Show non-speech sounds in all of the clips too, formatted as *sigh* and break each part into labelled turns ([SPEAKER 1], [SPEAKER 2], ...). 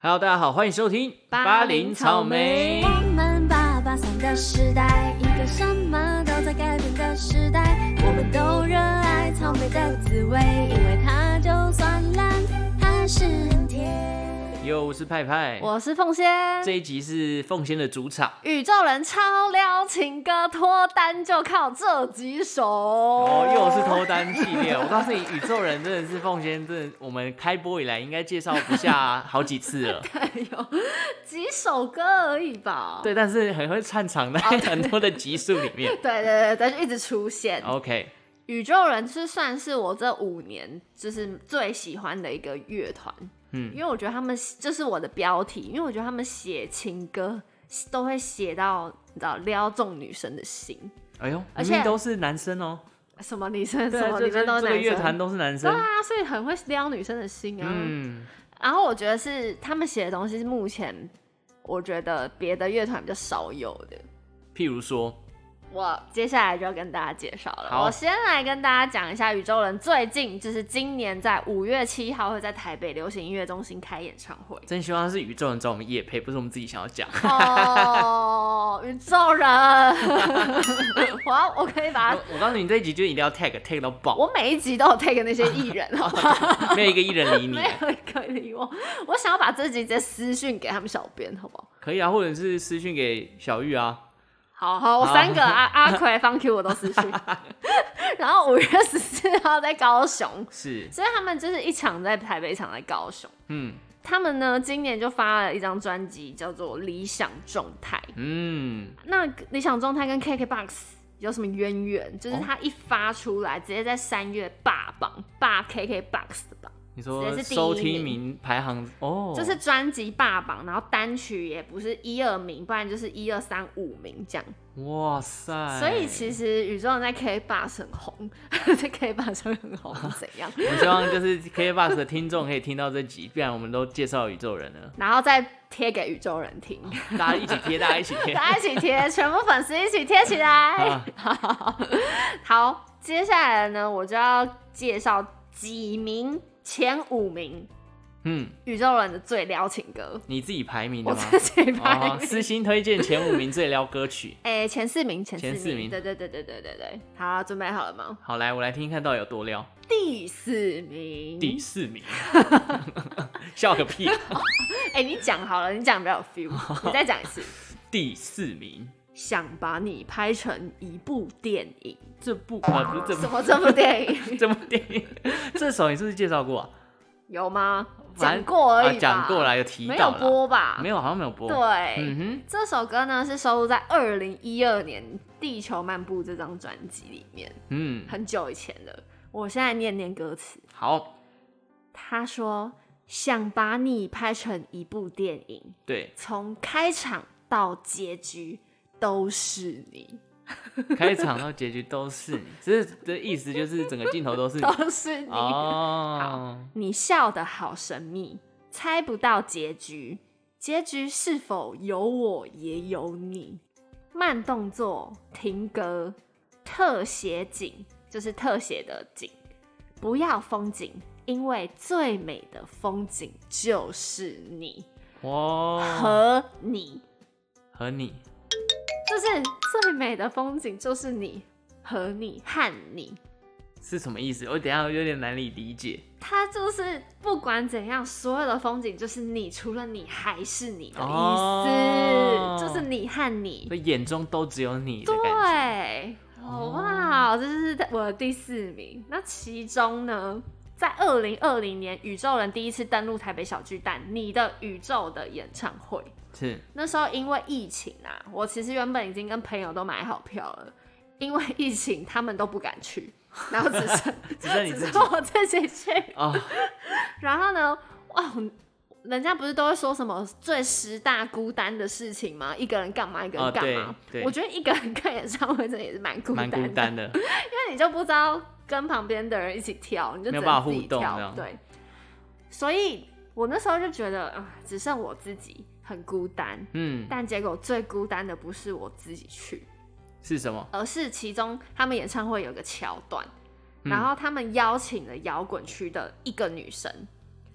[SPEAKER 1] Hello，大家好，欢迎收听
[SPEAKER 2] 巴黎草莓
[SPEAKER 3] 我们八八三的时代，一个什么都在改变的时代。我们都热爱草莓的滋味，因为它就算烂，还是很甜。
[SPEAKER 1] 哟，我是派派。
[SPEAKER 2] 我是凤仙。
[SPEAKER 1] 这一集是凤仙的主场
[SPEAKER 2] 宇宙人超撩情歌脱单就靠这几首
[SPEAKER 1] 哦
[SPEAKER 2] 哦，
[SPEAKER 1] 又是脱单系列。我告诉你，宇宙人真的是凤仙，真的我们开播以来应该介绍不下好几次
[SPEAKER 2] *laughs*
[SPEAKER 1] 了。
[SPEAKER 2] 有哎几首歌而已吧？
[SPEAKER 1] 对，但是很会串场
[SPEAKER 2] 哦
[SPEAKER 1] 在很多的集数里面。
[SPEAKER 2] 对对对对，就一直出现。
[SPEAKER 1] OK，
[SPEAKER 2] 宇宙人是算是我这五年就是最喜欢的一个乐团，
[SPEAKER 1] 嗯
[SPEAKER 2] 因为我觉得他们这是我的标题，因为我觉得他们写情歌都会写到你知道撩中女生的心。
[SPEAKER 1] 哎呦，
[SPEAKER 2] 而
[SPEAKER 1] 明
[SPEAKER 2] 且
[SPEAKER 1] 明都是男生哦、
[SPEAKER 2] 什么女生？
[SPEAKER 1] 对
[SPEAKER 2] 什
[SPEAKER 1] 啊，
[SPEAKER 2] 么
[SPEAKER 1] 这
[SPEAKER 2] 女生
[SPEAKER 1] 这
[SPEAKER 2] 都
[SPEAKER 1] 这
[SPEAKER 2] 是男
[SPEAKER 1] 个
[SPEAKER 2] 生？
[SPEAKER 1] 乐团都是男
[SPEAKER 2] 对
[SPEAKER 1] 生。
[SPEAKER 2] 啊，所以很会撩女生的心啊。
[SPEAKER 1] 嗯，
[SPEAKER 2] 然后我觉得是他们写的东西是目前我觉得别的乐团比较少有的。
[SPEAKER 1] 譬如说，
[SPEAKER 2] 我接下来就要跟大家介绍了。
[SPEAKER 1] 好。
[SPEAKER 2] 我先来跟大家讲一下宇宙人最近就是今年在五月七号会在台北流行音乐中心开演唱会
[SPEAKER 1] 真希望是宇宙人找我们夜配，不是我们自己想要讲。
[SPEAKER 2] 哦， *laughs* 宇宙人，我要我可以把它，
[SPEAKER 1] 我我告诉你，这一集就一定要 tag tag 到爆，
[SPEAKER 2] 啊我每一集都有 take 那些艺人，好不好？
[SPEAKER 1] 没有一个艺人 *laughs* 理你
[SPEAKER 2] 没。有一个理我，我想要把这集直接私讯给他们小编，好不好？
[SPEAKER 1] 可以啊，或者是私讯给小玉啊。
[SPEAKER 2] 好好，我
[SPEAKER 1] 好
[SPEAKER 2] 三个阿阿奎、方 Q 我都私讯， *laughs* 然后五月十四号在高雄，
[SPEAKER 1] 是，
[SPEAKER 2] 所以他们就是一场在台北，一场在高雄。
[SPEAKER 1] 嗯
[SPEAKER 2] 他们呢，今年就发了一张专辑，叫做《理想状态》。
[SPEAKER 1] 嗯，
[SPEAKER 2] 那《理想状态》跟 KKBOX 有什么渊源？就是它一发出来，直接在三月霸榜，霸 KKBOX 的榜，
[SPEAKER 1] 你说
[SPEAKER 2] 谁是第一
[SPEAKER 1] 收听
[SPEAKER 2] 名
[SPEAKER 1] 名排行哦，
[SPEAKER 2] 就是专辑霸榜，然后单曲也不是一二名，不然就是一二三五名这样。
[SPEAKER 1] 哇塞，
[SPEAKER 2] 所以其实宇宙人在 K Bus 很红， *laughs* 在 K Bus 上很红是怎
[SPEAKER 1] *laughs*
[SPEAKER 2] 样？
[SPEAKER 1] 我希望就是 KBox 的听众可以听到这集，不然我们都介绍宇宙人了，
[SPEAKER 2] 然后再贴给宇宙人听，
[SPEAKER 1] 大家一起贴，大家一起贴。
[SPEAKER 2] *laughs* 大家一起贴，全部粉丝一起贴起来。
[SPEAKER 1] *laughs* 啊，
[SPEAKER 2] 好，接下来呢，我就要介绍几名前五名
[SPEAKER 1] 嗯，
[SPEAKER 2] 宇宙人的最撩情歌，
[SPEAKER 1] 你自己排名的
[SPEAKER 2] 我
[SPEAKER 1] 吗？
[SPEAKER 2] 自己排
[SPEAKER 1] 哦，
[SPEAKER 2] 名。
[SPEAKER 1] 私心推荐前五名最撩歌曲。
[SPEAKER 2] 哎、前四名，前
[SPEAKER 1] 前四名
[SPEAKER 2] 对对对对对对对，好，准备好了吗？
[SPEAKER 1] 好，来我来听听看到底有多撩。
[SPEAKER 2] 第四名，
[SPEAKER 1] 第四名， *laughs* 笑个屁！
[SPEAKER 2] 哎、你讲好了，你讲比较有
[SPEAKER 1] *laughs*
[SPEAKER 2] feel，你再讲一次。
[SPEAKER 1] 第四名，
[SPEAKER 2] 想把你拍成一部电影，
[SPEAKER 1] 这部啊不是这
[SPEAKER 2] 什
[SPEAKER 1] 部
[SPEAKER 2] 么这部
[SPEAKER 1] *laughs*
[SPEAKER 2] 电影
[SPEAKER 1] 这部电影，这首你是不是介绍过啊？
[SPEAKER 2] 有吗？
[SPEAKER 1] 反
[SPEAKER 2] 讲过而已
[SPEAKER 1] 啊
[SPEAKER 2] 吧，
[SPEAKER 1] 讲过了，有提
[SPEAKER 2] 没
[SPEAKER 1] 到
[SPEAKER 2] 有
[SPEAKER 1] 了，
[SPEAKER 2] 播吧？
[SPEAKER 1] 没有，好像没有播。
[SPEAKER 2] 对，
[SPEAKER 1] 嗯
[SPEAKER 2] 这首歌呢是收录在二零一二年《地球漫步》这张专辑里面，
[SPEAKER 1] 哼，嗯，
[SPEAKER 2] 很久以前了。我现在念念歌词，
[SPEAKER 1] 好，
[SPEAKER 2] 他说想把你拍成一部电影，
[SPEAKER 1] 对，
[SPEAKER 2] 从开场到结局都是
[SPEAKER 1] *laughs*
[SPEAKER 2] 你，
[SPEAKER 1] 开场到结局都是你， *laughs* 这是这意思就是整个镜头都是你
[SPEAKER 2] 都是你。
[SPEAKER 1] 哦。
[SPEAKER 2] 你笑得好神秘，猜不到结局，结局是否有我也有你？慢动作，停格，特写景，就是特写的景，不要风景，因为最美的风景就是你
[SPEAKER 1] 哇，
[SPEAKER 2] 和你，
[SPEAKER 1] 哦和你
[SPEAKER 2] 就是最美的风景就是你和你和你。
[SPEAKER 1] 是什么意思？我等一下有点难以理解
[SPEAKER 2] 它就是不管怎样，所有的风景就是你，除了你还是你的意思，
[SPEAKER 1] 哦
[SPEAKER 2] 就是你和你
[SPEAKER 1] 所。以眼中都只有你的感觉。
[SPEAKER 2] 对，哦哇，这是我的第四名。那其中呢，在二零二零年，宇宙人第一次登陆台北小巨蛋，你的宇宙的演唱会。
[SPEAKER 1] 是，
[SPEAKER 2] 那时候因为疫情啊，我其实原本已经跟朋友都买好票了，因为疫情他们都不敢去，然后只剩
[SPEAKER 1] *laughs* 只剩你
[SPEAKER 2] 只
[SPEAKER 1] 自己
[SPEAKER 2] 剩我自己去。
[SPEAKER 1] 哦，
[SPEAKER 2] 然后呢，哇，人家不是都会说什么最十大孤单的事情吗？一个人干嘛，一个
[SPEAKER 1] 哦
[SPEAKER 2] 人干
[SPEAKER 1] 对
[SPEAKER 2] 嘛？
[SPEAKER 1] 对
[SPEAKER 2] 我觉得一个人看演唱会真的也是蛮孤
[SPEAKER 1] 蛮
[SPEAKER 2] 单的，
[SPEAKER 1] 孤单的。
[SPEAKER 2] 因为你就不知道跟旁边的人一起跳，你就
[SPEAKER 1] 没
[SPEAKER 2] 只
[SPEAKER 1] 有办法
[SPEAKER 2] 能自己
[SPEAKER 1] 互动这
[SPEAKER 2] 跳
[SPEAKER 1] 样，
[SPEAKER 2] 对。所以我那时候就觉得啊、只剩我自己很孤单。
[SPEAKER 1] 嗯，
[SPEAKER 2] 但结果最孤单的不是我自己去，
[SPEAKER 1] 是什么？
[SPEAKER 2] 而是其中他们演唱会有个桥段，
[SPEAKER 1] 嗯
[SPEAKER 2] 然后他们邀请了摇滚区的一个女生，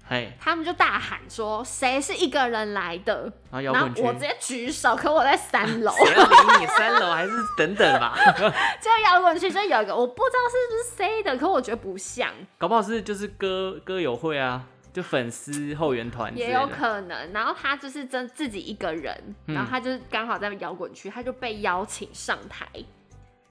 [SPEAKER 1] 嘿，
[SPEAKER 2] 他们就大喊说：“谁是一个人来的？”
[SPEAKER 1] 然后摇
[SPEAKER 2] 然后
[SPEAKER 1] 滚区，
[SPEAKER 2] 我直接举手，可我在三楼。
[SPEAKER 1] 谁要理你？三楼还是等等吧？
[SPEAKER 2] *laughs* 就摇滚区就有一个，我不知道是不是 C 的，可我觉得不像，
[SPEAKER 1] 搞不好是就是歌歌友会啊，就粉丝后援团之类
[SPEAKER 2] 也
[SPEAKER 1] 的
[SPEAKER 2] 有可能。然后他就是真自己一个人，
[SPEAKER 1] 嗯
[SPEAKER 2] 然后他就是刚好在摇滚区，他就被邀请上台。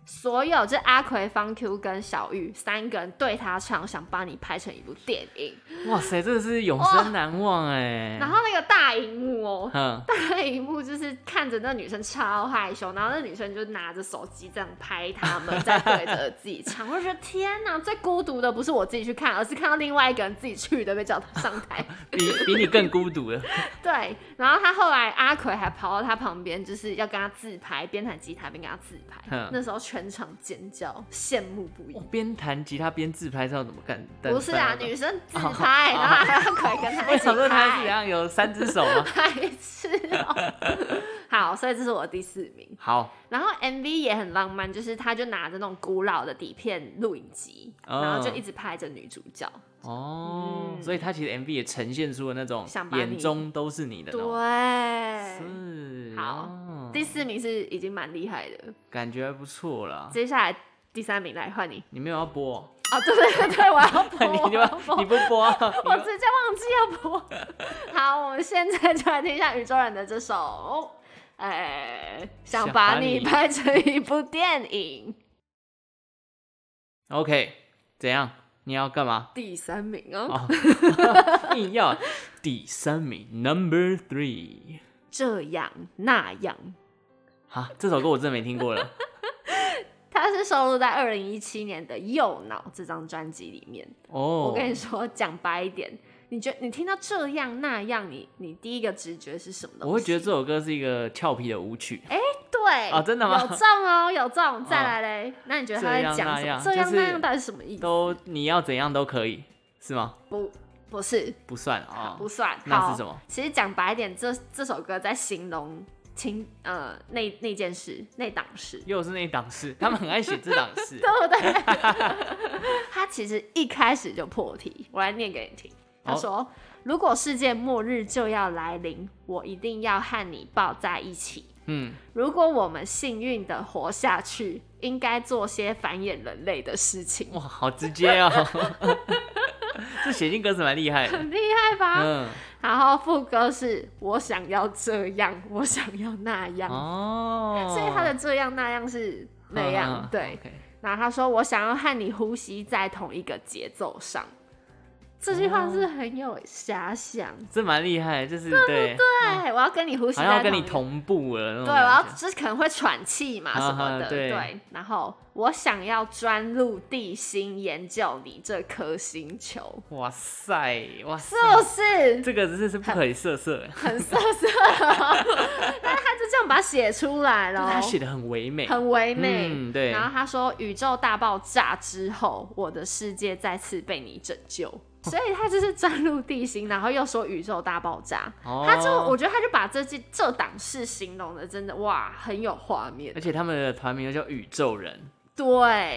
[SPEAKER 2] 所有这阿奎、方 Q 跟小玉三个人对他唱，想把你拍成一部电影。
[SPEAKER 1] 哇塞，这个是永生难忘哎、
[SPEAKER 2] 然后那个大荧幕哦，
[SPEAKER 1] 嗯，
[SPEAKER 2] 大荧幕就是看着那女生超害羞，然后那女生就拿着手机这样拍他们，在对着自己唱。我就觉得天哪，最孤独的不是我自己去看，而是看到另外一个人自己去的被叫他上台。 *laughs*
[SPEAKER 1] 比比你更孤独了。 *laughs*
[SPEAKER 2] 对，然后他后来阿奎还跑到他旁边，就是要跟他自拍，边弹吉他边跟他自拍
[SPEAKER 1] 嗯。
[SPEAKER 2] 那时候全场尖叫，羡慕不已
[SPEAKER 1] 我。边弹吉他边自拍照怎么干？
[SPEAKER 2] 不是啊，女
[SPEAKER 1] 生。
[SPEAKER 2] 生自拍，然后阿奎跟他
[SPEAKER 1] 我
[SPEAKER 2] 一起
[SPEAKER 1] 想说他是啊怎
[SPEAKER 2] 拍，？
[SPEAKER 1] 样有三只手吗
[SPEAKER 2] *laughs* 白痴哦。 *laughs* 好，所以这是我的第四名。
[SPEAKER 1] 好，
[SPEAKER 2] 然后 MV 也很浪漫，就是他就拿着那种古老的底片录影机，
[SPEAKER 1] 哦
[SPEAKER 2] 然后就一直拍着女主角。
[SPEAKER 1] 哦，
[SPEAKER 2] 嗯
[SPEAKER 1] 所以他其实 MV 也呈现出了那种
[SPEAKER 2] 想把你
[SPEAKER 1] 眼中都是你的那种。
[SPEAKER 2] 对，
[SPEAKER 1] 是。
[SPEAKER 2] 好
[SPEAKER 1] 哦
[SPEAKER 2] 第四名是已经蛮厉害的，
[SPEAKER 1] 感觉还不错啦。
[SPEAKER 2] 接下来第三名来换你。
[SPEAKER 1] 你没有要播哦，
[SPEAKER 2] 哦，对对对对，我要播，
[SPEAKER 1] *laughs* 你
[SPEAKER 2] *laughs* 我
[SPEAKER 1] 就
[SPEAKER 2] 要播，
[SPEAKER 1] 你不播啊，
[SPEAKER 2] *laughs* 我
[SPEAKER 1] 你就
[SPEAKER 2] 直接忘记要播。好，我们现在就来听一下宇宙人的这首，哎、想
[SPEAKER 1] 想
[SPEAKER 2] 把
[SPEAKER 1] 把
[SPEAKER 2] 你
[SPEAKER 1] 你
[SPEAKER 2] 拍成一部电影。
[SPEAKER 1] OK，怎样？你要干
[SPEAKER 2] *laughs*
[SPEAKER 1] 嘛？
[SPEAKER 2] 第三名哦，
[SPEAKER 1] 哦， *laughs* 硬要第三名，Number Three。
[SPEAKER 2] 这样那样，
[SPEAKER 1] 哈，这首歌我真的没听过了。
[SPEAKER 2] 它是收录在二零一七年的《右脑》这张专辑里面。
[SPEAKER 1] 哦，
[SPEAKER 2] 我跟你说，讲白一点，你觉你听到这样那样，你你第一个直觉是什么东西？
[SPEAKER 1] 我会觉得这首歌是一个俏皮的舞曲。
[SPEAKER 2] 对
[SPEAKER 1] 啊真的吗
[SPEAKER 2] 有中哦，有中。再
[SPEAKER 1] *laughs*
[SPEAKER 2] 来嘞，那你觉得他在讲什
[SPEAKER 1] 这
[SPEAKER 2] 么？
[SPEAKER 1] 样那样
[SPEAKER 2] 这样
[SPEAKER 1] 就是
[SPEAKER 2] 那样到底是什么意思？
[SPEAKER 1] 都你要怎样都可以，哦是吗？
[SPEAKER 2] 不，不是，
[SPEAKER 1] 不算啊、
[SPEAKER 2] 不算。
[SPEAKER 1] 那
[SPEAKER 2] 好
[SPEAKER 1] 是什么？
[SPEAKER 2] 其实讲白一点，这这首歌在形容情呃那那件事那档事。
[SPEAKER 1] 又是那一档事，他们很爱写这档事。
[SPEAKER 2] 对
[SPEAKER 1] *laughs*
[SPEAKER 2] 不对？ *laughs* 他其实一开始就破题，我来念给你听。他说：“如果世界末日就要来临，我一定要和你抱在一起。
[SPEAKER 1] 嗯，
[SPEAKER 2] 如果我们幸运的活下去，应该做些繁衍人类的事情。
[SPEAKER 1] 哇，好直接哦。 *laughs* 这写进歌词蛮厉害的。
[SPEAKER 2] 很厉害吧？
[SPEAKER 1] 嗯，
[SPEAKER 2] 然后副歌是“我想要这样，我想要那样”，
[SPEAKER 1] 哦，
[SPEAKER 2] *laughs* 所以他的这样那样是那样，
[SPEAKER 1] 嗯
[SPEAKER 2] 对。
[SPEAKER 1] ，OK
[SPEAKER 2] 然后他说：“我想要和你呼吸在同一个节奏上。”这句话是很有遐想，
[SPEAKER 1] 这蛮厉害，就是对，
[SPEAKER 2] 对，我要跟你呼吸
[SPEAKER 1] 好像哦要
[SPEAKER 2] 在同
[SPEAKER 1] 跟
[SPEAKER 2] 一
[SPEAKER 1] 你
[SPEAKER 2] 个，
[SPEAKER 1] 同步了那种
[SPEAKER 2] 对，我要
[SPEAKER 1] 感觉
[SPEAKER 2] 就是可能会喘气嘛
[SPEAKER 1] 啊
[SPEAKER 2] 什么的，
[SPEAKER 1] 哈对
[SPEAKER 2] 对。然后我想要专入地心研究你这颗星球，
[SPEAKER 1] 哇塞，哇塞，
[SPEAKER 2] 就是
[SPEAKER 1] 这个真的是不可以色色欸，
[SPEAKER 2] 很色色， *laughs* 但是他就这样把它写出来了，哦
[SPEAKER 1] 他写的很唯美，
[SPEAKER 2] 很唯美。
[SPEAKER 1] 嗯对
[SPEAKER 2] 然后他说，宇宙大爆炸之后，我的世界再次被你拯
[SPEAKER 1] *laughs*
[SPEAKER 2] 救。所以他就是钻入地心，然后又说宇宙大爆炸，
[SPEAKER 1] 哦
[SPEAKER 2] 他就我觉得他就把这件这档事形容的真的哇很有画面
[SPEAKER 1] 而，且他们的团名又叫宇宙人，
[SPEAKER 2] 对，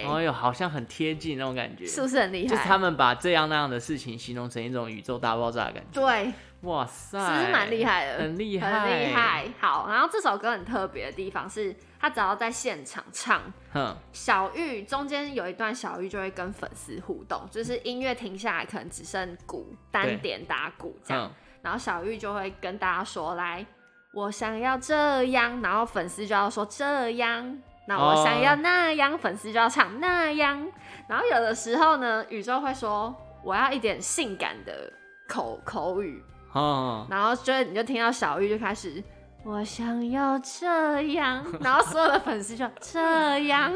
[SPEAKER 1] 哎呦，好像很贴近那种感觉，
[SPEAKER 2] 是不是很厉害？
[SPEAKER 1] 就是他们把这样那样的事情形容成一种宇宙大爆炸的感觉。
[SPEAKER 2] 对，
[SPEAKER 1] 哇塞，
[SPEAKER 2] 其实蛮厉害的，
[SPEAKER 1] 很厉害，
[SPEAKER 2] 很厉。害。好，然后这首歌很特别的地方是，他只要在现场唱，
[SPEAKER 1] 哼，
[SPEAKER 2] 小玉中间有一段小玉就会跟粉丝互动，就是音乐停下来，可能只剩鼓单点打鼓这样，
[SPEAKER 1] 嗯，
[SPEAKER 2] 然后小玉就会跟大家说：“来，我想要这样。”然后粉丝就要说这样。那我
[SPEAKER 1] 哦
[SPEAKER 2] 想要那样，粉丝就要唱那样。然后有的时候呢，宇宙会说我要一点性感的口口语，
[SPEAKER 1] 哦，
[SPEAKER 2] 然后就你就听到小玉就开始，我想要这
[SPEAKER 1] *laughs*
[SPEAKER 2] 样，然后所有的粉丝就这样，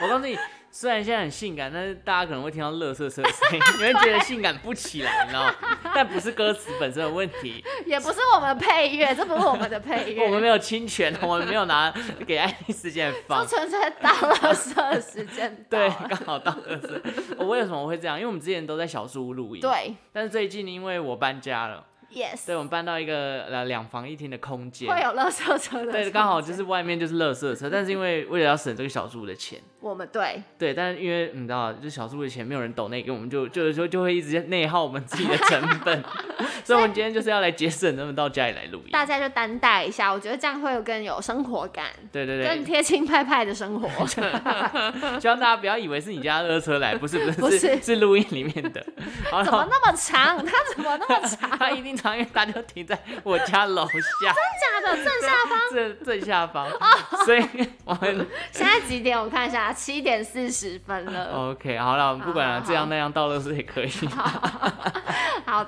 [SPEAKER 1] 我告诉你，虽然现在很性感，但是大家可能会听到乐色色的声音，你会觉得性感不起来，你知道吗？但不是歌词本身的问题，
[SPEAKER 2] 也不是我们的配乐，这不是我们的配乐，
[SPEAKER 1] *laughs* 我们没有侵权，我们没有拿给爱丽丝间放
[SPEAKER 2] 就。纯粹到了设时间
[SPEAKER 1] *laughs*
[SPEAKER 2] 到
[SPEAKER 1] 对，
[SPEAKER 2] 了
[SPEAKER 1] 刚好到乐色。我为什么会这样？因为我们之前都在小树屋录音，。
[SPEAKER 2] 对
[SPEAKER 1] 但是最近因为我搬家了，
[SPEAKER 2] ，yes，
[SPEAKER 1] 对，我们搬到一个呃两房一厅的空间，
[SPEAKER 2] 会有乐色车的，哦
[SPEAKER 1] 对，刚好就是外面就是垃圾车，但是因为为了要省这个小猪的钱，
[SPEAKER 2] 我们对
[SPEAKER 1] 对，但是因为你知道，就小数的钱没有人抖那个，我们就就是说就会一直内耗我们自己的成
[SPEAKER 2] *laughs*
[SPEAKER 1] 本，所以我们今天就是要来节省他们到家里来录音。
[SPEAKER 2] 大家就担待一下，我觉得这样会有更有生活感，
[SPEAKER 1] 对对
[SPEAKER 2] 更
[SPEAKER 1] 对，
[SPEAKER 2] 贴近派派的生活。
[SPEAKER 1] *laughs* 希望大家不要以为是你家的二车来，不是不
[SPEAKER 2] 不
[SPEAKER 1] 是
[SPEAKER 2] 是
[SPEAKER 1] 是是录音里面
[SPEAKER 2] *laughs*
[SPEAKER 1] 的。好
[SPEAKER 2] 怎么
[SPEAKER 1] 了，
[SPEAKER 2] 那么长？它怎么那么长？
[SPEAKER 1] *laughs* 他一定长，因为大家都停在我家楼下
[SPEAKER 2] 假的，哦正下
[SPEAKER 1] *laughs*
[SPEAKER 2] 方。
[SPEAKER 1] 正正下方，所以我们
[SPEAKER 2] 现在几点？我看一下，七点四十分了。
[SPEAKER 1] OK 好了，我们不管
[SPEAKER 2] 好
[SPEAKER 1] 了，
[SPEAKER 2] 好
[SPEAKER 1] 这样那样到乐是也可
[SPEAKER 2] *laughs*
[SPEAKER 1] 以。
[SPEAKER 2] 好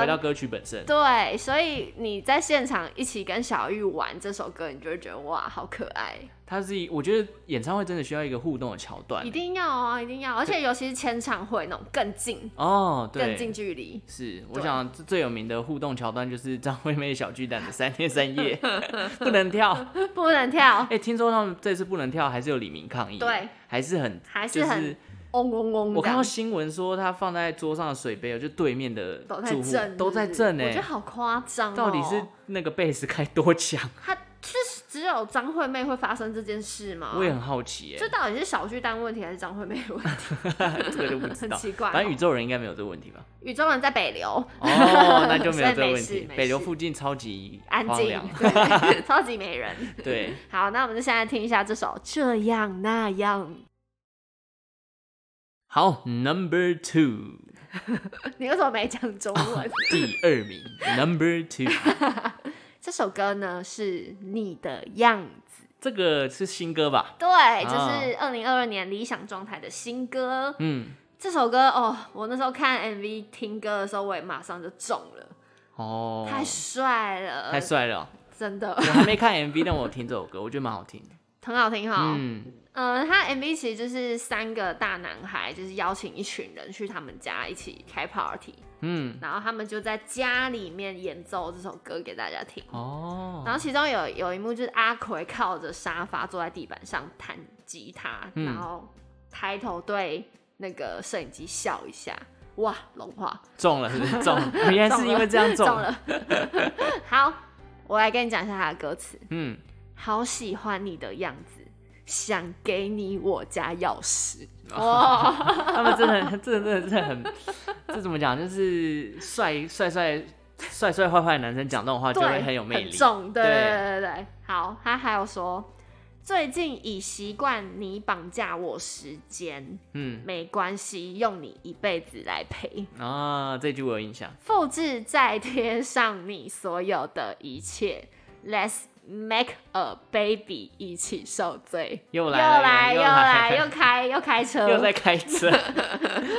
[SPEAKER 1] 回到
[SPEAKER 2] 的。
[SPEAKER 1] 歌曲本身，
[SPEAKER 2] 对，所以你在现场一起跟小玉玩这首歌，你就会觉得哇，好可爱！
[SPEAKER 1] 它是一我觉得演唱会真的需要一个互动的桥段
[SPEAKER 2] 一。定要啊，一定要！而且尤其是签唱会那种更近、
[SPEAKER 1] 哦，
[SPEAKER 2] 更
[SPEAKER 1] 对，
[SPEAKER 2] 近距离，
[SPEAKER 1] 是，我
[SPEAKER 2] 对
[SPEAKER 1] 想最最有名的互动桥段就是张惠妹小巨蛋的三天三夜， *laughs* 不能跳。
[SPEAKER 2] 不能跳
[SPEAKER 1] 哎、，听说他们这次不能跳，还是有李明抗议，
[SPEAKER 2] 对，
[SPEAKER 1] 还是很，
[SPEAKER 2] 还是
[SPEAKER 1] 就
[SPEAKER 2] 很
[SPEAKER 1] 是
[SPEAKER 2] 嗡嗡嗡的。
[SPEAKER 1] 我看到新闻说他放在桌上的水杯哦，就对面的
[SPEAKER 2] 都在
[SPEAKER 1] 住户
[SPEAKER 2] 震，
[SPEAKER 1] 都在震
[SPEAKER 2] 我
[SPEAKER 1] 哎、
[SPEAKER 2] 觉得好夸张、哦。
[SPEAKER 1] 到底是那个贝斯开多强？
[SPEAKER 2] 他是只有张惠妹会发生这件事吗？
[SPEAKER 1] 我也很好奇
[SPEAKER 2] 这
[SPEAKER 1] 哎、
[SPEAKER 2] 到底是小巨蛋问题还是张惠妹的问题？ *laughs*
[SPEAKER 1] *laughs* 这个就不知道。
[SPEAKER 2] 很奇怪哦
[SPEAKER 1] 反正宇宙人应该没有这个问题
[SPEAKER 2] *laughs*
[SPEAKER 1] 吧？
[SPEAKER 2] 宇宙人在
[SPEAKER 1] *laughs*
[SPEAKER 2] 北流，
[SPEAKER 1] 哦，那就没有
[SPEAKER 2] 所
[SPEAKER 1] 这
[SPEAKER 2] 以
[SPEAKER 1] 个
[SPEAKER 2] 没
[SPEAKER 1] 问
[SPEAKER 2] 事
[SPEAKER 1] 题
[SPEAKER 2] 没。事
[SPEAKER 1] 北流附近超级
[SPEAKER 2] 安
[SPEAKER 1] 荒
[SPEAKER 2] 静
[SPEAKER 1] 凉，
[SPEAKER 2] 对 *laughs* 超级没人。
[SPEAKER 1] 对。
[SPEAKER 2] 好，那我们就现在听一下这首《这样那样》。
[SPEAKER 1] 好，Number Two。
[SPEAKER 2] 你为什么没讲中文？
[SPEAKER 1] *laughs* 第二名，Number Two， *laughs*
[SPEAKER 2] 这首歌呢是你的样子，
[SPEAKER 1] 这个是新歌吧？
[SPEAKER 2] 对，就是二零二二年理想状态的新歌。
[SPEAKER 1] 嗯，
[SPEAKER 2] 这首歌哦，我那时候看 MV 听歌的时候，我也马上就中了，
[SPEAKER 1] 哦，
[SPEAKER 2] 太帅了，
[SPEAKER 1] 太帅了哦！
[SPEAKER 2] 真的 *laughs*
[SPEAKER 1] 我还没看 MV，但我有听这首歌，我觉得蛮好听的。
[SPEAKER 2] 很好听哈。
[SPEAKER 1] 嗯，
[SPEAKER 2] 嗯，他 MV 其实就是三个大男孩，就是邀请一群人去他们家一起开 party，
[SPEAKER 1] 嗯，
[SPEAKER 2] 然后他们就在家里面演奏这首歌给大家听。
[SPEAKER 1] 哦，
[SPEAKER 2] 然后其中有有一幕就是阿奎靠着沙发坐在地板上弹吉他，
[SPEAKER 1] 嗯
[SPEAKER 2] 然后抬头对那个摄影机笑一下，哇，融化，
[SPEAKER 1] 中了是不是中了？原来是因为这样
[SPEAKER 2] *laughs* 中
[SPEAKER 1] 中
[SPEAKER 2] 了。 *laughs* 好，我来跟你讲一下他的歌词：
[SPEAKER 1] 嗯，
[SPEAKER 2] 好喜欢你的样子，想给你我家钥匙。哇，
[SPEAKER 1] 他们真的，真的，真的是很， *laughs* 这怎么讲？就是帅帅帅帅帅坏坏的男生讲这种话，就
[SPEAKER 2] 对，
[SPEAKER 1] 会很有魅力。
[SPEAKER 2] 重，对对
[SPEAKER 1] 对
[SPEAKER 2] 对对对。好，他还有说，最近已习惯你绑架我时间，
[SPEAKER 1] 嗯
[SPEAKER 2] 没关系，用你一辈子来陪。
[SPEAKER 1] 啊，这句我有印象。
[SPEAKER 2] 复制再贴上你所有的一切，Let's make a baby，一起受罪。
[SPEAKER 1] 又
[SPEAKER 2] 又
[SPEAKER 1] 来了，
[SPEAKER 2] 来又
[SPEAKER 1] 来，
[SPEAKER 2] 来
[SPEAKER 1] *laughs*
[SPEAKER 2] 又开又开车，
[SPEAKER 1] 又在开
[SPEAKER 2] *laughs*
[SPEAKER 1] 车，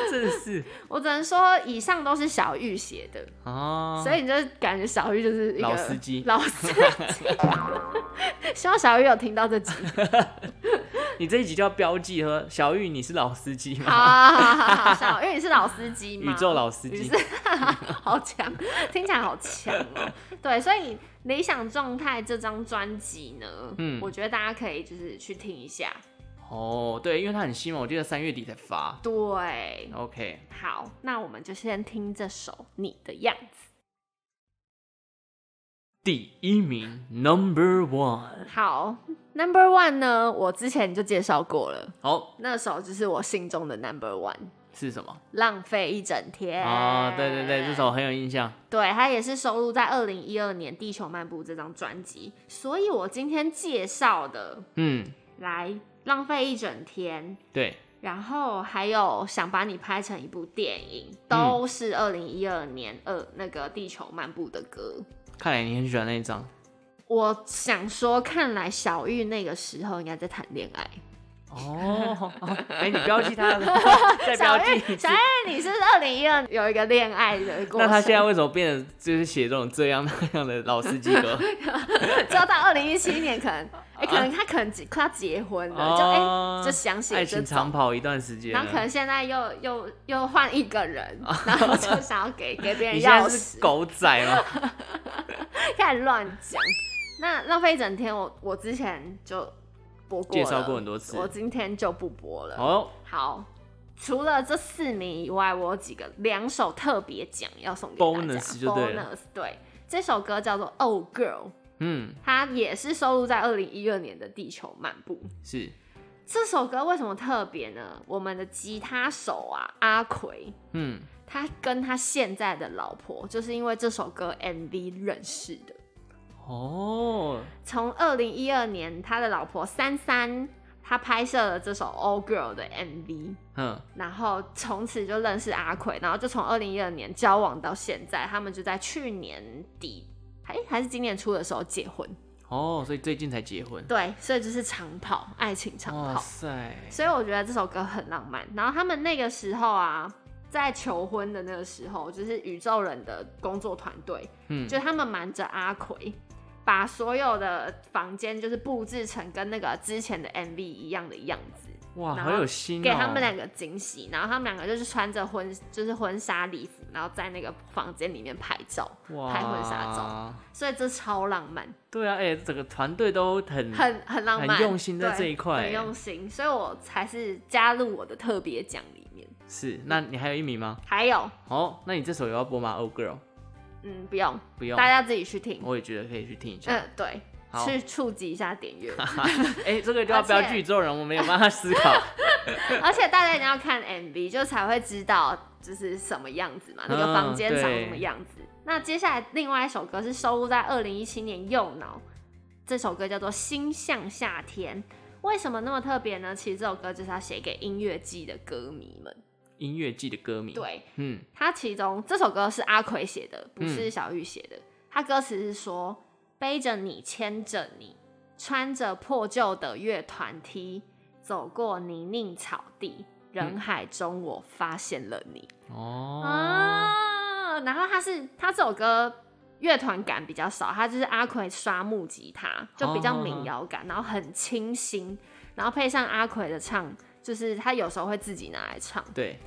[SPEAKER 1] 真的是
[SPEAKER 2] 我只能说以上都是小玉写的，
[SPEAKER 1] 哦。
[SPEAKER 2] 所以你就感觉小玉就是一个
[SPEAKER 1] 老司机
[SPEAKER 2] 老司机。 *laughs* 希望小玉有听到这集。
[SPEAKER 1] 你这一集就要标记说，小玉你是老司机
[SPEAKER 2] 好
[SPEAKER 1] 吗？
[SPEAKER 2] 好好好，小玉你是老司机吗？
[SPEAKER 1] 宇宙老司
[SPEAKER 2] 宇
[SPEAKER 1] 机
[SPEAKER 2] 宙，好强，听起来好强哦。 *laughs* 对，所以《理想状态》这张专辑呢，
[SPEAKER 1] 嗯
[SPEAKER 2] 我觉得大家可以就是去听一下。
[SPEAKER 1] 哦，对，因为它很新嘛，我记得三月底才发。
[SPEAKER 2] 对，
[SPEAKER 1] OK，
[SPEAKER 2] 好，那我们就先听这首《你的样子
[SPEAKER 1] 第一名 Number One，》。
[SPEAKER 2] 好，Number One 呢，我之前就介绍过了。
[SPEAKER 1] 哦，
[SPEAKER 2] 那首就是我心中的 number one，
[SPEAKER 1] 是什么？
[SPEAKER 2] 浪费一整天。
[SPEAKER 1] 哦，对对对，这首很有印象。
[SPEAKER 2] 对它也是收录在二零一二年《地球漫步》这张专辑，所以我今天介绍的
[SPEAKER 1] 嗯，
[SPEAKER 2] 来浪费一整天，
[SPEAKER 1] 对，
[SPEAKER 2] 然后还有想把你拍成一部电影，都是二零一二年二那个《地球漫步》的歌。
[SPEAKER 1] 看来你很喜欢那一张。
[SPEAKER 2] 我想说，看来小玉那个时候应该在谈恋爱。
[SPEAKER 1] 哦， *laughs* 哎，你标记他了， *laughs* 再
[SPEAKER 2] 小
[SPEAKER 1] 标记一
[SPEAKER 2] 玉，
[SPEAKER 1] 次
[SPEAKER 2] 小。玉，你是二零一二有一个恋爱的过程，
[SPEAKER 1] 那他现在为什么变得就是写这种这样那样的老司机歌？
[SPEAKER 2] 直到到二零一七年，可能
[SPEAKER 1] *laughs*
[SPEAKER 2] 哎、可能他可能结快要结婚了，就哎、
[SPEAKER 1] 哦
[SPEAKER 2] 就想 *laughs* 写
[SPEAKER 1] 爱
[SPEAKER 2] 这
[SPEAKER 1] 情长
[SPEAKER 2] 种，
[SPEAKER 1] 跑一段时间啊
[SPEAKER 2] 然后可能
[SPEAKER 1] 了。
[SPEAKER 2] 现在又又又换一
[SPEAKER 1] *laughs*
[SPEAKER 2] 个人，然后就想要给给别人
[SPEAKER 1] 你现在
[SPEAKER 2] 钥
[SPEAKER 1] 是
[SPEAKER 2] 匙，
[SPEAKER 1] 狗仔吗？ *laughs*
[SPEAKER 2] 开始乱讲。那浪费一整天我，我之前就播过
[SPEAKER 1] 介
[SPEAKER 2] 了，
[SPEAKER 1] 绍过很多次
[SPEAKER 2] 我今天就不播了。
[SPEAKER 1] 哦，
[SPEAKER 2] 好，除了这四名以外，我有几个两首特别奖要送给大家
[SPEAKER 1] Bonus 就对了
[SPEAKER 2] Bonus，对，这首歌叫做《Oh Girl》。
[SPEAKER 1] 嗯，
[SPEAKER 2] 它也是收录在二零一二年的《地球漫步》。
[SPEAKER 1] 是
[SPEAKER 2] 这首歌为什么特别呢？我们的吉他手啊，阿奎，
[SPEAKER 1] 嗯，
[SPEAKER 2] 他跟他现在的老婆，就是因为这首歌 MV 认识的。
[SPEAKER 1] 哦，
[SPEAKER 2] 从二零一二年，他的老婆三三，他拍摄了这首《All Girl》的 MV，
[SPEAKER 1] 嗯，
[SPEAKER 2] 然后从此就认识阿奎，然后就从二零一二年交往到现在，他们就在去年底，哎，还是今年初的时候结婚。
[SPEAKER 1] 哦，所以最近才结婚。
[SPEAKER 2] 对，所以就是长跑，爱情长
[SPEAKER 1] 哇
[SPEAKER 2] 跑。
[SPEAKER 1] 塞，
[SPEAKER 2] 所以我觉得这首歌很浪漫。然后他们那个时候啊，在求婚的那个时候，就是宇宙人的工作团队，
[SPEAKER 1] 嗯，
[SPEAKER 2] 就他们瞒着阿奎，把所有的房间就是布置成跟那个之前的 MV 一样的样子，
[SPEAKER 1] 哇，
[SPEAKER 2] 然
[SPEAKER 1] 好
[SPEAKER 2] 后
[SPEAKER 1] 有心哦。
[SPEAKER 2] 给他们两个惊喜。然后他们两个就是穿着婚就是婚纱礼服，然后在那个房间里面拍照，
[SPEAKER 1] 哇
[SPEAKER 2] 拍婚纱照，所以这超浪漫，
[SPEAKER 1] 对啊，哎、整个团队都很
[SPEAKER 2] 很很浪漫，
[SPEAKER 1] 嗯很用心在
[SPEAKER 2] 对
[SPEAKER 1] 这一块
[SPEAKER 2] 很用心，所以我才是加入我的特别奖里面。
[SPEAKER 1] 是。那你还有一名吗？
[SPEAKER 2] 还有，
[SPEAKER 1] 哦，那你这首有要播吗？Oh girl，
[SPEAKER 2] 嗯，不用，
[SPEAKER 1] 不用
[SPEAKER 2] 大，家自己去听。
[SPEAKER 1] 我也觉得可以去听一下。
[SPEAKER 2] 嗯，对，
[SPEAKER 1] 好 *laughs*
[SPEAKER 2] 去触及一下点阅，
[SPEAKER 1] 哎、这个就要
[SPEAKER 2] 而且
[SPEAKER 1] 标剧宙人，我没有帮他思
[SPEAKER 2] *laughs*
[SPEAKER 1] 考。
[SPEAKER 2] 而且大家一定要看 MV，就才会知道就是什么样子嘛，那个
[SPEAKER 1] 嗯
[SPEAKER 2] 房间长什么
[SPEAKER 1] 对
[SPEAKER 2] 样子。那接下来另外一首歌是收录在二零一七年《右脑》，这首歌叫做《心向夏天》。为什么那么特别呢？其实这首歌就是要写给音乐季的歌迷们。
[SPEAKER 1] 音乐季的歌名，，
[SPEAKER 2] 对，
[SPEAKER 1] 嗯，
[SPEAKER 2] 他其中这首歌是阿奎写的，不是小玉写的。他歌词是说：背着你，牵着你，穿着破旧的乐团 T，走过泥泞草地，人海中我发现了你。
[SPEAKER 1] 哦，
[SPEAKER 2] 啊，然后他是他这首歌。乐团感比较少，他就是阿奎刷木吉他，就比较民谣感，然后很清新，然后配上阿奎的唱，就是他有时候会自己拿来唱，
[SPEAKER 1] 对，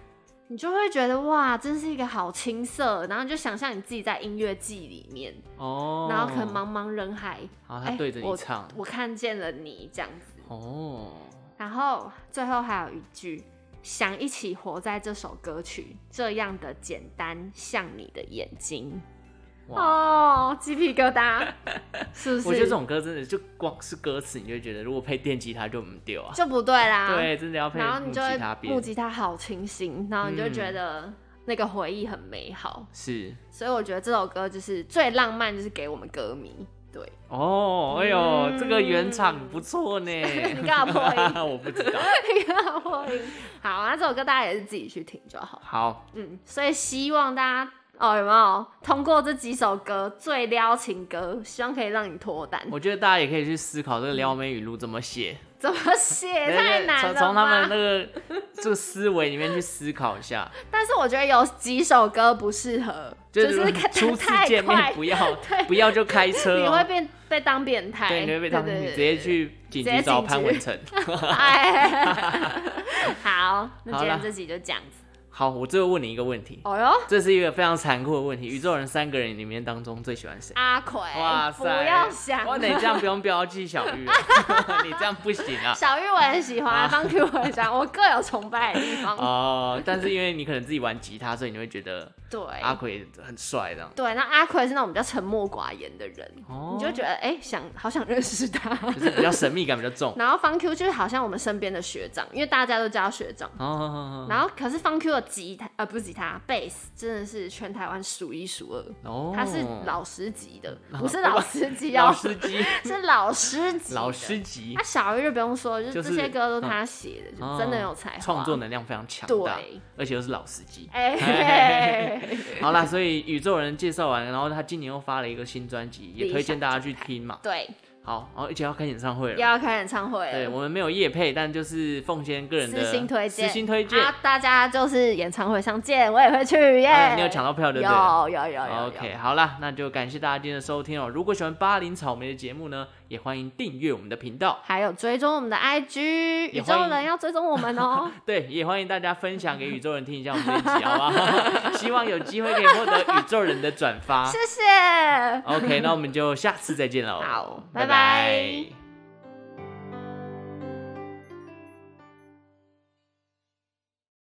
[SPEAKER 2] 你就会觉得哇，真是一个好青涩，然后你就想象你自己在音乐季里面，
[SPEAKER 1] 哦，
[SPEAKER 2] 然后可能茫茫人海，
[SPEAKER 1] 然后
[SPEAKER 2] 哎
[SPEAKER 1] 他对着你唱，
[SPEAKER 2] 我，我看见了你这样子。
[SPEAKER 1] 哦，
[SPEAKER 2] 然后最后还有一句，想一起活在这首歌曲，这样的简单，像你的眼睛。
[SPEAKER 1] 哇，
[SPEAKER 2] 哦，鸡皮
[SPEAKER 1] *laughs*
[SPEAKER 2] 疙瘩，是不是？
[SPEAKER 1] 我觉得这种歌真的就光是歌词，你就会觉得如果配电吉他就不丢啊，
[SPEAKER 2] 就不对啦。。
[SPEAKER 1] 对，真的要配
[SPEAKER 2] 然后你
[SPEAKER 1] 木
[SPEAKER 2] 就
[SPEAKER 1] 吉他
[SPEAKER 2] 会木
[SPEAKER 1] 编，
[SPEAKER 2] 吉他好清新，然后你就
[SPEAKER 1] 嗯
[SPEAKER 2] 觉得那个回忆很美好。
[SPEAKER 1] 是，
[SPEAKER 2] 所以我觉得这首歌就是最浪漫，就是给我们歌迷。对，
[SPEAKER 1] 哦，哎呦，
[SPEAKER 2] 嗯
[SPEAKER 1] 这个原厂不错
[SPEAKER 2] *laughs*
[SPEAKER 1] 呢，
[SPEAKER 2] 你干嘛破音？
[SPEAKER 1] *laughs*
[SPEAKER 2] *laughs*
[SPEAKER 1] 我不知道。
[SPEAKER 2] 好，啊那这首歌大家也是自己去听就好。
[SPEAKER 1] 好，
[SPEAKER 2] 嗯，所以希望大家哦，有没有通过这几首歌最撩情歌，希望可以让你脱单。
[SPEAKER 1] 我觉得大家也可以去思考这个撩妹语录怎么写，
[SPEAKER 2] 怎么写哎太
[SPEAKER 1] *laughs* 对
[SPEAKER 2] 难
[SPEAKER 1] 从
[SPEAKER 2] 了
[SPEAKER 1] 从他们
[SPEAKER 2] 吧？
[SPEAKER 1] 那个这个思维里面去思考一
[SPEAKER 2] *laughs*
[SPEAKER 1] 下，
[SPEAKER 2] 但是我觉得有几首歌不适合，
[SPEAKER 1] 是
[SPEAKER 2] 是看 *laughs*
[SPEAKER 1] 初次
[SPEAKER 2] 太
[SPEAKER 1] 见面
[SPEAKER 2] 快，
[SPEAKER 1] 不要不要就开车、
[SPEAKER 2] 你
[SPEAKER 1] 哦，
[SPEAKER 2] 会被被当变态，
[SPEAKER 1] 对，你会被当
[SPEAKER 2] 对
[SPEAKER 1] 你
[SPEAKER 2] 对
[SPEAKER 1] 直接去警
[SPEAKER 2] 直接
[SPEAKER 1] 局找
[SPEAKER 2] 警
[SPEAKER 1] 潘
[SPEAKER 2] 局
[SPEAKER 1] 文
[SPEAKER 2] *laughs*
[SPEAKER 1] 成。
[SPEAKER 2] 哎，好，那
[SPEAKER 1] 好
[SPEAKER 2] 今天
[SPEAKER 1] 啦
[SPEAKER 2] 这集就这样子。
[SPEAKER 1] 好，我最后问你一个问题，
[SPEAKER 2] 哦哟。
[SPEAKER 1] 这是一个非常残酷的问题，宇宙人三个人里面当中最喜欢谁？
[SPEAKER 2] 阿奎，
[SPEAKER 1] 哇塞！
[SPEAKER 2] 哎不要想
[SPEAKER 1] 哇，
[SPEAKER 2] 了，
[SPEAKER 1] 你这样不用标记小玉，
[SPEAKER 2] *laughs*
[SPEAKER 1] 你这样不行啊。
[SPEAKER 2] 小玉我很喜欢，
[SPEAKER 1] 啊
[SPEAKER 2] 方 Q 我很喜欢，我各有崇拜的地方。
[SPEAKER 1] 哦，但是因为你可能自己玩吉他，所以你会觉得
[SPEAKER 2] 对，
[SPEAKER 1] 阿奎很帅这样。
[SPEAKER 2] 对，那阿奎是那种比较沉默寡言的人，
[SPEAKER 1] 哦
[SPEAKER 2] 你就觉得哎、想好想认
[SPEAKER 1] *laughs*
[SPEAKER 2] 识他。
[SPEAKER 1] 就是比较神秘感比较
[SPEAKER 2] *laughs*
[SPEAKER 1] 重。
[SPEAKER 2] 然后方 Q 就是好像我们身边的学长，因为大家都叫他学长。
[SPEAKER 1] 哦
[SPEAKER 2] 然后可是方 Q 的吉他，呃，不是吉他，贝斯真的是全台湾数一数二。
[SPEAKER 1] 哦
[SPEAKER 2] 他是老师级的，不是
[SPEAKER 1] 对吧
[SPEAKER 2] 老司机哦，
[SPEAKER 1] 老司机，
[SPEAKER 2] *laughs* 是老师级的。
[SPEAKER 1] 老师级
[SPEAKER 2] 那、，小玉就不用说，就是
[SPEAKER 1] 就是嗯哦
[SPEAKER 2] 这些歌都他写的，就真的有才华，
[SPEAKER 1] 创作能量非常强大
[SPEAKER 2] 对，
[SPEAKER 1] 而且又是老司机。
[SPEAKER 2] 哎、
[SPEAKER 1] 好啦，所以宇宙人介绍完，然后他今年又发了一个新专辑，也推荐大家去听嘛。
[SPEAKER 2] *laughs* 对，
[SPEAKER 1] 好，然后而且要开演唱会
[SPEAKER 2] 又
[SPEAKER 1] 了。
[SPEAKER 2] 要开演唱会了。
[SPEAKER 1] 对我们没有夜配，但就是奉献个人的
[SPEAKER 2] 私心推荐，
[SPEAKER 1] 私心推荐。
[SPEAKER 2] 啊！大家就是演唱会上见，我也会去耶。
[SPEAKER 1] 哎你有抢到票对不对了？
[SPEAKER 2] 有有有有有
[SPEAKER 1] OK，好啦，那就感谢大家今天的收听哦。如果喜欢巴林草莓的节目呢，也欢迎订阅我们的频道。
[SPEAKER 2] 还有追踪我们的 IG，宇
[SPEAKER 1] 也欢迎
[SPEAKER 2] 宙人要追踪我
[SPEAKER 1] *laughs*
[SPEAKER 2] 们哦、
[SPEAKER 1] 对，也欢迎大家分享给宇宙人听一下我们这一集，好不
[SPEAKER 2] *laughs*
[SPEAKER 1] 好？希望有机会可以获得宇宙人的转发
[SPEAKER 2] 谢。谢。
[SPEAKER 1] OK，那我们就下次再见喽。
[SPEAKER 2] 好拜拜